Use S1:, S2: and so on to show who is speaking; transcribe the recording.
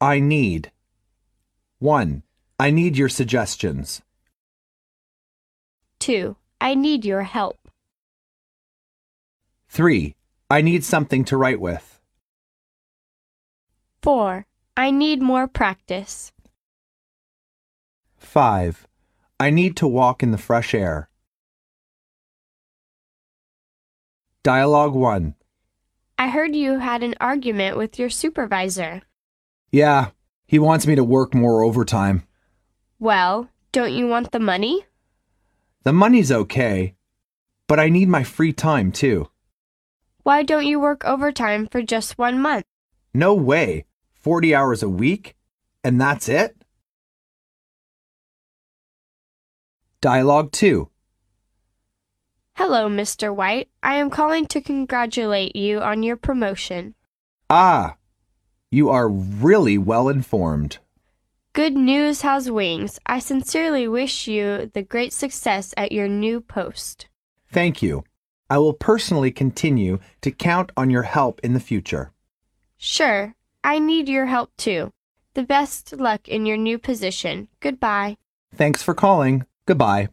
S1: I need 1. I need your suggestions.
S2: 2. I need your help.
S1: 3. I need something to write with.
S2: 4. I need more practice.
S1: 5. I need to walk in the fresh air. Dialogue 1.
S2: I heard you had an argument with your supervisor.
S1: Yeah, he wants me to work more overtime.
S2: Well, don't you want the money?
S1: The money's okay, but I need my free time too.
S2: Why don't you work overtime for just one month?
S1: No way. 40 hours a week? And that's it? Dialogue 2.
S2: Hello, Mr. White. I am calling to congratulate you on your promotion.
S1: Ah, you are really well informed.
S2: Good news has wings. I sincerely wish you the great success at your new post.
S1: Thank you. I will personally continue to count on your help in the future.
S2: Sure, I need your help too. The best luck in your new position. Goodbye.
S1: Thanks for calling. Goodbye.